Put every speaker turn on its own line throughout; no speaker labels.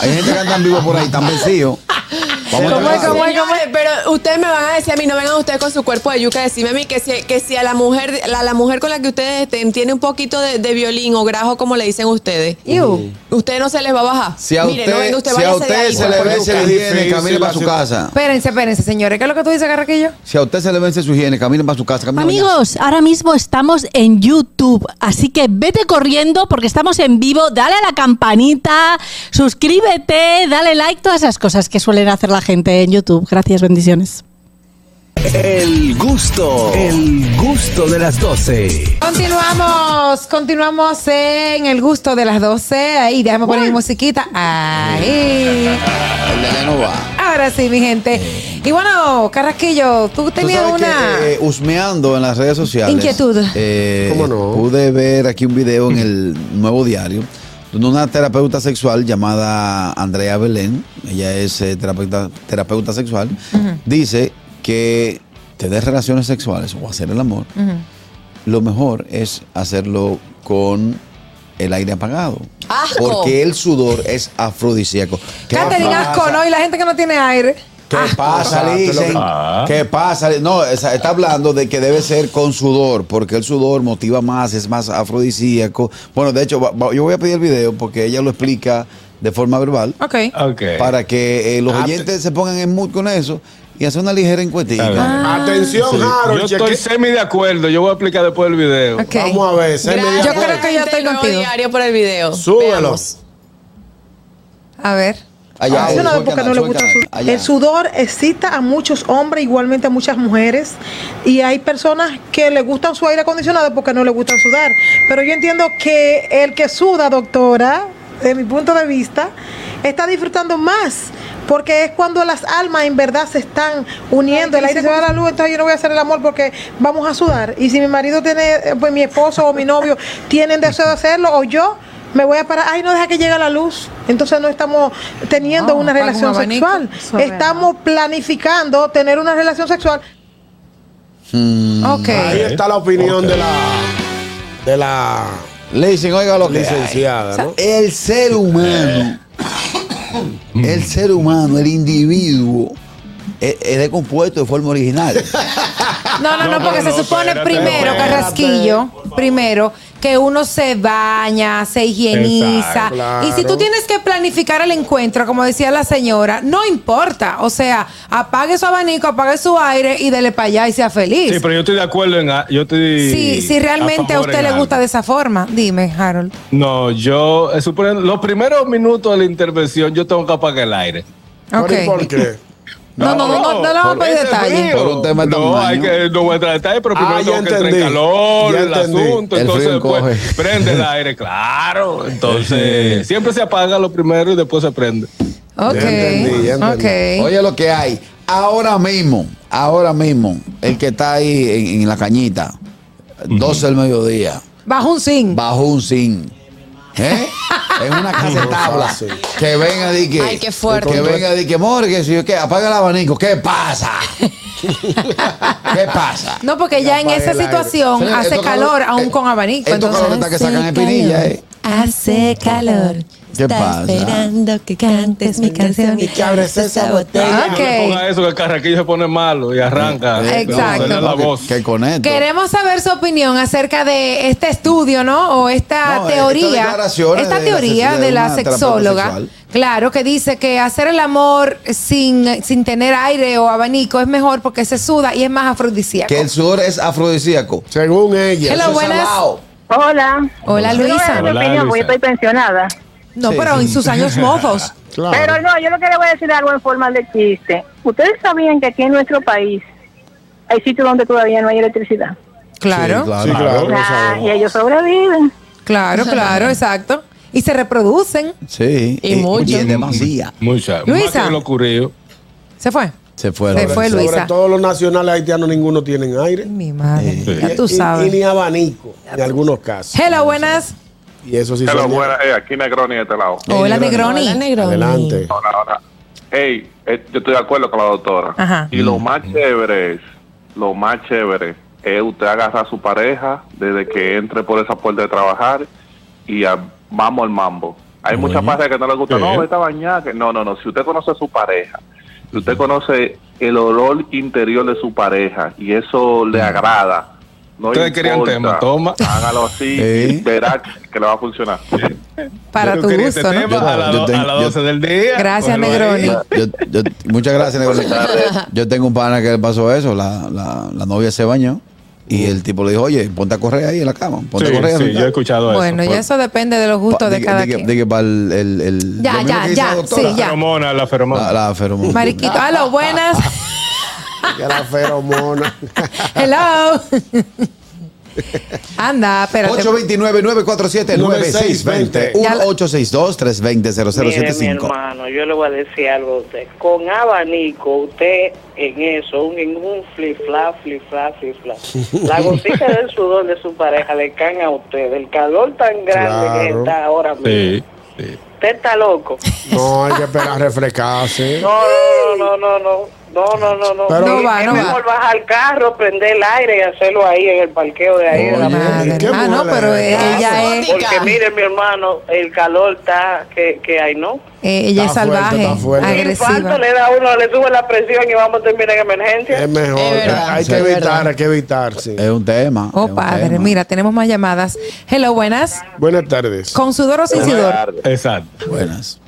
Hay gente que andan vivo por ahí, tan vencidos. Vamos a
¿Cómo es,
trabajar.
cómo es, cómo es? Pero ustedes me van a decir a mí, no vengan ustedes con su cuerpo de yuca, decime a mí que si, que si a la mujer, la, la mujer con la que ustedes estén tiene un poquito de, de violín o grajo, como le dicen ustedes,
Iu.
ustedes no se les va a bajar.
Si a
Mire,
usted,
no venga usted,
si a
váyase de
usted
ahí,
se le
cuerpo de
vence
yuca.
su higiene,
Difícil
camine para su
la
casa.
Espérense, espérense, señores. ¿Qué es lo que tú dices, Carraquillo?
Si a usted se le vence su higiene, camine para su casa. camine para allá.
Amigos, ahora mismo estamos en YouTube, así que vete corriendo porque estamos en vivo, dale a la campanita, suscríbete, dale like, todas esas cosas que suelen hacer la gente en YouTube. Gracias, bendiciones.
El gusto, el gusto de las 12.
Continuamos, continuamos en el gusto de las 12. Ahí, déjame poner mi musiquita. Ahí.
El de allá no va.
Ahora sí, mi gente. Y bueno, Carrasquillo, tú
Tú
tenías
sabes
una.
que, eh, husmeando en las redes sociales.
Inquietud.
eh,
¿Cómo no?
Pude ver aquí un video en el nuevo diario de una terapeuta sexual llamada Andrea Belén. Ella es eh, terapeuta, terapeuta sexual. Dice que tener relaciones sexuales o hacer el amor,
Ujú.
lo mejor es hacerlo con el aire apagado.
Asco.
Porque el sudor es afrodisíaco. ¿Qué
Catherine
pasa?
Asco, ¿no? Y la gente que no tiene aire.
¿Qué
Ah.
pasa, dicen?
Ah.
¿Qué pasa? No, esa- está hablando de que debe ser con sudor, porque el sudor motiva más, es más afrodisíaco. Bueno, de hecho, va- va- yo voy a pedir el video porque ella lo explica de forma verbal
Ok.
Ok.
para que eh, los
Ah,
oyentes se pongan en mood con eso y hacer una ligera
Está bien.
encuestita. Ah,
Atención,
Sí.
Harold.
Yo estoy
cheque-
semi de acuerdo, yo voy a explicar después del video.
Ok.
Vamos a ver, semi de
Gracias,
Yo creo que
acuerdo.
yo
gente,
estoy
el nuevo
contigo.
diario por el video.
Súbelo.
Veamos.
A ver.
Allá,
Ah, Yo no,
sube el
porque no
canal,
le
sube el
gusta el
canal.
sudor.
Allá.
El sudor excita a muchos hombres, igualmente a muchas mujeres. Y hay personas que le gustan su aire acondicionado porque no le gusta sudar. Pero yo entiendo que el que suda, doctora, de mi punto de vista, está disfrutando más. Porque es cuando las almas en verdad se están uniendo. El aire se va a la luz, entonces yo no voy a hacer el amor porque vamos a sudar. Y si mi marido tiene, eh, pues mi esposo o mi novio tienen deseo de hacerlo, o yo, me voy a parar, ay, no deja que llegue la luz. Entonces no estamos teniendo
No,
una
apaga un
relación
abanico.
sexual.
Eso es
Estamos planificando tener una relación sexual.
Ok.
Ahí está la opinión de la de la
Le dicen, oiga lo que hay.
licenciada, ¿no?
El ser humano, el ser humano, el individuo, es, es decompuesto de forma original.
No, no, no,
No,
porque
no,
se
no,
supone
espérate,
primero,
espérate.
Carrasquillo, primero que uno se baña, se higieniza. Y
Exacto,
si tú
claro.
tienes que planificar el encuentro, como decía la señora, no importa. O sea, apague su abanico, apague su aire y dele para allá y sea feliz.
Sí, pero yo estoy de acuerdo en. a- Yo estoy
si, si realmente a
favor
usted
en
le
algo.
gusta de esa forma, dime, Harold.
No, yo. eh, suponiendo- los primeros minutos de la intervención, yo tengo que apagar el aire.
Ok.
Pero ¿y ¿Por qué?
No, no, no, no, no le vamos a pedir
ese
detalles.
frío.
Por un tema de
no,
tamaño.
hay que, no voy a entrar en detalles, pero primero
Ah, ya
tengo que entrar en
entendí.
calor,
Ya
el
entendí.
asunto,
El
entonces
frío
después
encoge.
prende el aire, claro. Entonces, siempre se apaga lo primero y después se prende.
Ok.
Ya entendí, ya entendí.
Ok.
Oye lo que hay. Ahora mismo, ahora mismo, el que está ahí en, en la cañita, 12 del mediodía,
Bajo un zinc.
bajo un zinc. ¿Eh? En una casa de tabla.
fácil.
Que venga de que.
Ay, qué fuerte.
Que venga de que morgue, si yo qué, apaga el abanico. ¿Qué pasa? ¿Qué pasa?
No, porque ya en esa situación
Señor,
hace
estos
calor,
calor-
aún
eh,
con abanico.
estos
entonces-
calores que sacan espinilla, eh.
Hace calor.
¿Qué Está pasa? esperando
que cantes mi canción.
Y que abres esa botella.
Ok.
No ponga eso Ah, que el carraquillo se pone malo y arranca.
Eh, Exacto.
Suena la voz.
Que, que conecto.
Queremos saber su opinión acerca de este estudio, ¿no? O esta
No, estas
teoría.
declaraciones
esta
de la
teoría
sexualidad
de
de
la
una terapeuta
sexóloga.
sexual.
Claro, que dice que hacer el amor sin, sin tener aire o abanico es mejor porque se suda y es más afrodisíaco.
Que el sudor es afrodisíaco.
Según ella.
Hello,
Eso es
buenas.
salado.
Hola.
Hola,
Yo no
Ah,
voy a
Luisa.
dar mi
Ah,
Hola,
opinión porque
Luisa.
yo estoy pensionada.
No,
Sí.
pero en sus años mozos.
Claro.
Pero no, yo lo que le voy a decir algo en forma de chiste. Ustedes sabían que aquí en nuestro país hay sitios donde todavía no hay electricidad.
Claro,
Sí, claro.
Sí, claro. lo
Ah, y
sabemos.
ellos sobreviven.
claro, claro, exacto. Y se reproducen.
Sí.
Y mucho.
en demasía.
Mucha.
Luisa.
Más que lo ocurrió.
Se fue.
Se fue.
Se
Lorenzo.
fue, Luis. Luisa.
Sobre todo los nacionales haitianos, ninguno tienen aire.
Mi madre.
Sí.
Ya tú
Y- y- Y,
sabes.
ni abanico, en algunos casos.
Hello, buenas.
Y eso sí
Hello,
son-
buenas. Eh, aquí Negroni de este lado.
Hola,
Hola,
Negroni.
Negroni.
Adelante.
Hola, hola. Hey, eh, yo estoy de acuerdo con la doctora.
Ajá.
Y lo más chévere es, lo más chévere es usted agarrar a su pareja desde que entre por esa puerta de trabajar y a- vamos al mambo. Hay muchas parejas que no les gusta,
Sí.
no, esta bañada. que-". No, no, no. Si usted conoce a su pareja, si usted conoce el olor interior de su pareja y eso le agrada, no
Ustedes
importa.
querían tema, toma.
Hágalo así y verá que- que le va a funcionar.
Para
Yo
tu
quería este
gusto, ¿no?
tema a la do- a las 12 del día.
Gracias,
Ponlo ahí.
Negroni.
Yo- yo- muchas gracias, Negroni. Yo tengo un pana que le pasó eso. La, la- la novia se bañó y
Mm.
el tipo le dijo, oye, ponte a correr ahí en la cama. Ponte
Sí,
a correr.
sí, yo he escuchado Pues,
Bueno,
pues.
ya eso depende de los gustos de cada quien.
para el, el- el-
Ya,
lo mismo
ya,
que dice
ya,
la doctora.
sí, ya.
Feromona, la
La,
feromona.
la feromona.
Mariquito, aló, buenas.
Ya la feromona.
Hello. Anda, espérate.
829-947-9620.
Mire, mi
1862-320-0075.
hermano, yo le voy a decir algo a usted. Con abanico, usted en eso, un, en un flip-flap, flip-flap, flip-flap. La gotita del sudor de su pareja le caen a usted. El calor tan grande que
Claro.
está ahora mismo.
Sí,
Usted está loco.
No, hay que esperar a refrescarse.
No, no, no, no, no, no, no, no, no.
Pero- No va,
es
no va.
mejor bajar al carro, prender el aire y hacerlo ahí en el parqueo de ahí. de la
Madre. Ah, no, pero
eh?
ella es,
Porque mire, mi hermano, el calor está que, que hay, ¿no?
eh, ella es
Está fuerte,
salvaje,
está fuerte.
agresiva.
Infarto le da a uno, le sube la presión y vamos a terminar en emergencia.
Es mejor. hay que evitar, hay que evitar, sí.
Es un tema.
Oh, padre, mira, tenemos más llamadas. Hello, buenas.
Buenas tardes.
¿Con sudor o sin sudor?
Exacto.
Buenas.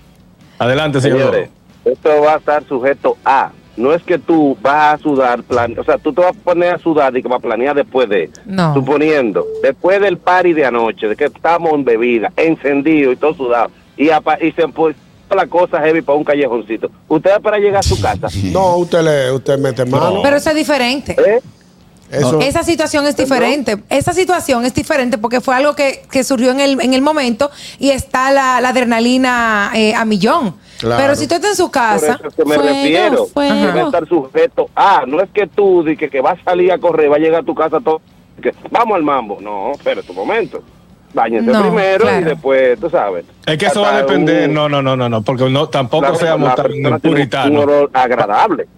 Adelante, señor.
Señores, esto va a estar sujeto a. No es que tú vas a sudar, plan, o sea, tú te vas a poner a sudar y que vas a planear después de.
No.
Suponiendo, después del party de anoche, de que estamos en bebida, encendido y todo sudado, y, apa- y se puso la cosa heavy para un callejoncito. Usted va para llegar a su casa.
No, usted le, usted mete mano.
Pero eso es diferente.
Eso-
Esa situación es diferente. Esa situación es diferente porque fue algo que, que surgió en el, en el momento y está la, la adrenalina eh, a millón.
Claro.
Pero si tú estás en su
Por
casa,
eso es que me refiero. que va a estar sujeto a. No es que tú di que, que vas a salir a correr, va a llegar a tu casa todo. que vamos al mambo. No, espera tu momento. Báñese
No,
primero y
claro.
después, tú sabes.
Es que eso va a
Hasta
depender.
un-
No, no, no, no, no. Porque no, tampoco
la-
seamos
la
tan
persona tiene un- Un
puritanos.
olor agradable.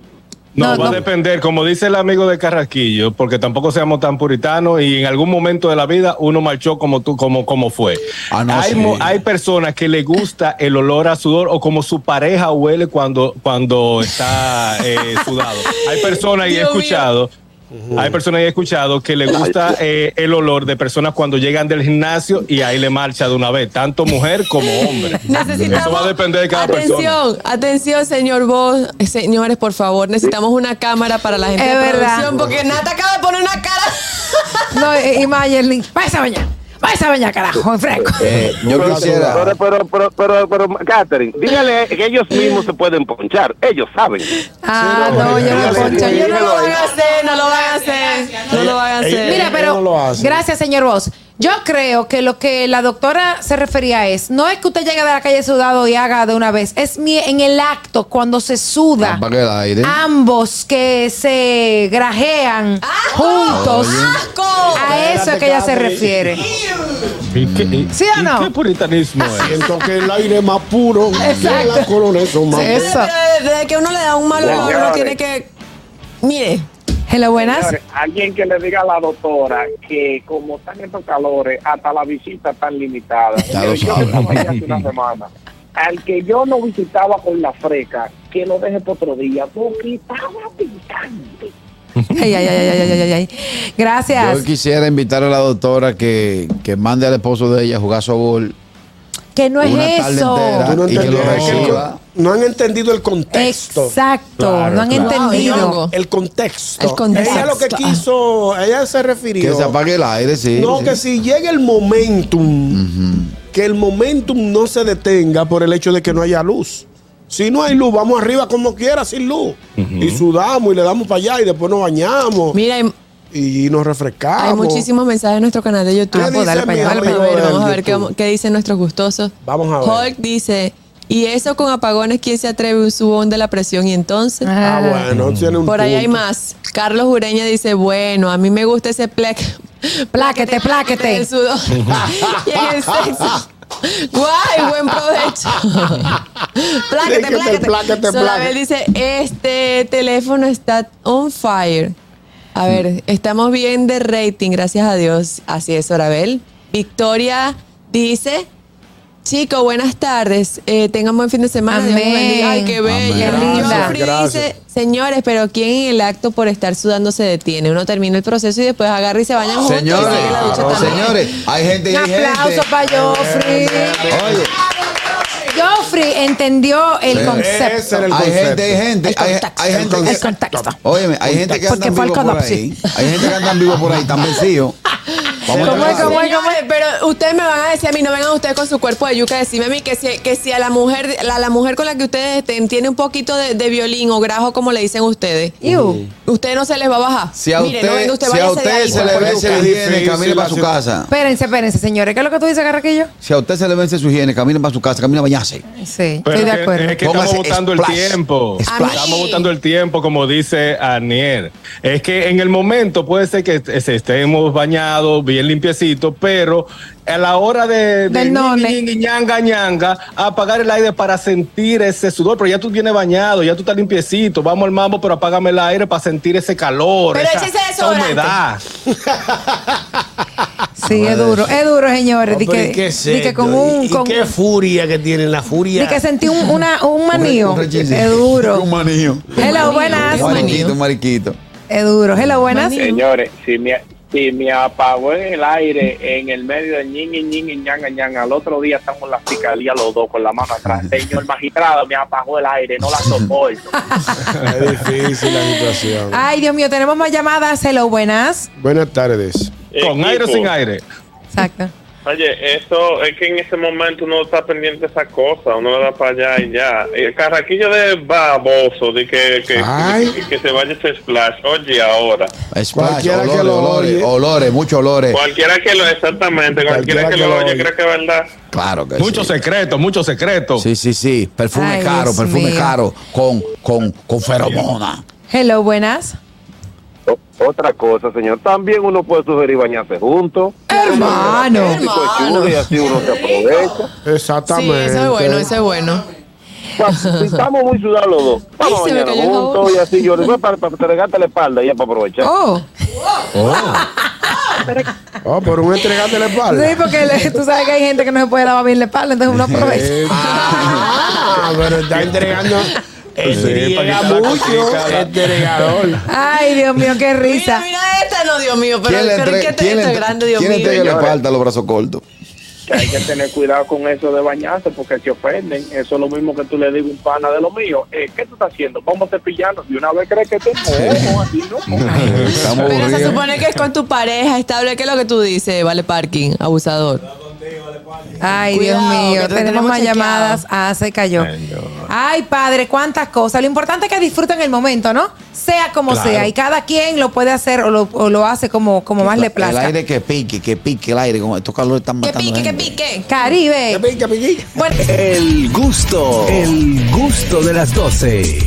No,
No,
va
no.
a depender, como dice el amigo de Carrasquillo, porque tampoco seamos tan puritanos y en algún momento de la vida uno marchó como tú, como, como fue.
no,
hay,
sí.
mo- hay personas que le gusta el olor a sudor o como su pareja huele cuando, cuando está eh, sudado. Hay personas y he
Dios mío.
escuchado. Hay personas y he escuchado que le gusta eh, el olor de personas cuando llegan del gimnasio y ahí le marcha de una vez, tanto mujer como hombre.
Necesitamos-
Eso va a depender de cada persona.
Atención, atención, señor vos, Eh, señores, por favor, necesitamos una cámara para la gente
Es
de
verdad.
producción, porque Nata acaba de poner una cara.
no, eh, y, y Mayerlin, váyase a bañar, váyase a bañar, carajo, en fresco.
Eh,
Eh, yo
pero,
quisiera-
Pero, pero, pero, pero, pero, Catherine, dígale que ellos mismos se pueden ponchar. Ellos saben.
Ah, no, yo no
Dígale,
poncho, yo no
dígalo
lo eh,
ahí.
voy a hacer,
no lo van a hacer, no lo van a hacer.
Mira, pero gracias, señor Vos. Yo creo que lo que la doctora se refería es, no es que usted llegue de la calle sudado y haga de una vez, es mi- en el acto, cuando se suda,
Ah,
Apague el aire.
Ah,
ambos que se grajean
Ah.
juntos, a eso es que ella se refiere.
¿Y qué, y-
¿Sí o
y
no?
qué puritanismo es?
Siento que el aire es más puro.
Exacto.
y Las colores son más puras.
Desde, desde que uno le da un mal olor, uno
Señores.
tiene que. Mire.
Hello, buenas.
Señores, alguien que le diga a la doctora que como están estos calores, hasta la visita están limitadas.
Ya lo
yo
saben.
estaba allá hace una semana. Al que yo no visitaba con la freca, que lo deje por otro día, porque estaba picante.
Ay, ay, ay, ay, ay, ay, ay, ay. Gracias.
Yo quisiera invitar a la doctora que, que mande al esposo de ella a jugar softball.
Que no es
Una tarde
eso.
entera
Tú no
y que lo
entendías.
reciba.
No han entendido el contexto.
Exacto, no han
Ah,
entendido.
El contexto.
El contexto.
Ella lo que quiso, ella se refirió.
Que se apague el aire, sí.
no,
sí. Mm.
que si llega el momentum, que el momentum no se detenga por el hecho de que no haya luz. Si no hay luz, vamos arriba como quiera, sin luz. Y sudamos y le damos para allá y después nos bañamos.
Mira, y,
nos refrescamos.
Hay muchísimos mensajes en nuestro canal de YouTube.
¿Qué
Vamos, dale
dice
para allá,
mi
dale para allá.
amigo
Vamos a
del
ver qué,
YouTube?
qué dicen nuestros gustosos.
Vamos a ver.
Hulk dice, y eso con apagones, ¿quién se atreve un subón de la presión? Y entonces...
Ah, bueno, tiene un
Por ahí hay
punto.
más. Carlos Ureña dice, bueno, a mí me gusta ese plec...
Pláquete, pláquete.
El sudor. y en el sexo. Guay, buen provecho. pláquete,
Déjate,
pláquete.
pláquete,
Solabel
pláquete.
dice, este teléfono está on fire. A ver, estamos bien de rating, gracias a Dios. Así es, Orabel. Victoria dice, Chico, buenas tardes. Eh, tengan buen fin de semana. Dios los
Amén.
bendiga. Ay, qué
Amén.
bella.
Qué linda.
Geoffrey
Gracias.
dice, señores, pero ¿quién en el acto por estar sudando se detiene? Uno termina el proceso y después agarra y se bañan juntos.
Señores,
y sigue la ducha también.
señores, hay gente y hay gente.
aplauso para Joffrey.
Oye,
Joffrey entendió el
Sí.
concepto.
Ese era el Hay concepto. gente, hay gente, El hay- contexto, hay gente el que-
contexto.
óyeme, hay gente que anda
Porque fue
vivo
al
por
conopsi.
ahí. Hay gente que anda vivo por ahí, tan vencido. Vamos a
¿Cómo es,
trabajar.
cómo es, cómo es? Pero ustedes me van a decir a mí, no vengan ustedes con su cuerpo de yuca, decime a mí que si, que si a la mujer, la, la mujer con la que ustedes estén tiene un poquito de, de violín o grajo, como le dicen ustedes, usted no se les va a bajar.
Si a
Mire, no
usted,
venga usted,
si a
váyase de
usted
ahí.
se le vence
Qué
la higiene,
difícil
camine para
la
su
situ-
casa.
Espérense, espérense, señores. ¿Qué es lo que tú dices, Carraquillo?
Si a usted se le vence su higiene, camine para su casa, camine a bañarse.
Sí,
Pero
estoy de
que-
acuerdo.
Es que estamos
Póngase
votando el
splash.
tiempo.
Splash.
Estamos votando el tiempo, como dice Aniel. Es que en el momento puede ser que est- se estemos bañados, bien limpiecitos, pero a la hora de, de
Del none.
ñi, ñi, ñi, ñanga, ñanga, apagar el aire para sentir ese sudor. Pero ya tú vienes bañado, ya tú estás limpiecito. Vamos al mambo, pero apágame el aire para sentir ese calor,
Pero
esa,
échese
esa
desodorante.
humedad.
Sí, es duro, es duro,
Ah,
señores. Di que, di que con un.
¿Y
Con,
qué furia que tienen la furia?
di que sentí un, una- un manío. es duro.
Un manío.
Hello, buenas.
Un mariquito, un mariquito.
Es duro. Hello, buenas.
Señores, si me, si me apagó en el aire, en el medio de ñing, ñing, ñing, y ñanga, ñanga, al otro día estamos en la fiscalía los dos con la mano atrás. Señor magistrado, me apagó el aire, no la soporto.
Es difícil la situación.
Ah.
Ay, Dios mío, tenemos más llamadas. Hello, buenas.
Buenas tardes.
Con aire o sin aire.
Exacto.
Oye, eso es que en ese momento uno está pendiente de esa cosa, uno le da para allá y ya. El carraquillo de baboso, de que, que, que, que se vaya ese splash. Oye, ahora.
Splash,
Cualquiera que
olores,
lo
olores,
oye.
olores, muchos olores.
Cualquiera que lo, exactamente, Eh, cualquiera, que lo oye, creo que es verdad.
Claro que
Muchos secretos, muchos secretos.
Sí, sí, sí. Perfume
Ay,
caro,
Dios
perfume
mío.
caro. Con, con, con feromona.
Hello, buenas.
Otra cosa, señor. También uno puede sugerir bañarse juntos.
Hermano.
Y cochudo, y así uno se aprovecha.
Sí,
Exactamente.
eso es bueno, eso es bueno.
Si estamos muy sudados los dos, vamos a
Ay, se me
bañarnos
cayó el
juntos y así yo le voy para, para, entregarte la espalda y ya para aprovechar.
Oh.
Oh, por un entregante la espalda.
Sí, porque le- tú sabes que hay gente que no se puede lavar bien la espalda, entonces uno aprovecha.
Eh, ah, pero está entregando. Entrega mucho. Entregador.
Ay, Dios mío, qué risa.
Mira esta, no, Dios mío, pero,
¿Quién le
pero
entre-
¿qué
quién
te
le
esto
entre-
grande, Dios
¿Quién le
mío?
entrega la espalda a los brazos cortos?
que hay que tener cuidado con eso de bañarse porque se ofenden. Eso es lo mismo que tú le digas a un pana de lo mío. Eh, ¿Qué tú estás haciendo? Vamos a cepillarnos. Y una vez crees que te no, así no.
Estamos
Pero se
aburridos.
supone que es con tu pareja estable, que es lo que tú dices, vale parking, abusador.
Ay,
Cuidado,
Dios mío,
que te
tenemos
tenemos
más
chequeado.
llamadas. Ah, se cayó. Ay, padre, cuántas cosas. Lo importante es que disfruten el momento, ¿no? Sea como
Claro.
sea. Y cada quien lo puede hacer o lo, o lo hace como, como más le
El
plazca.
aire que pique, que pique el aire. Como estos calores están
Que
matando.
pique, que
gente.
pique. Caribe.
Pica, piquilla.
Bueno.
El gusto, el gusto de las 12.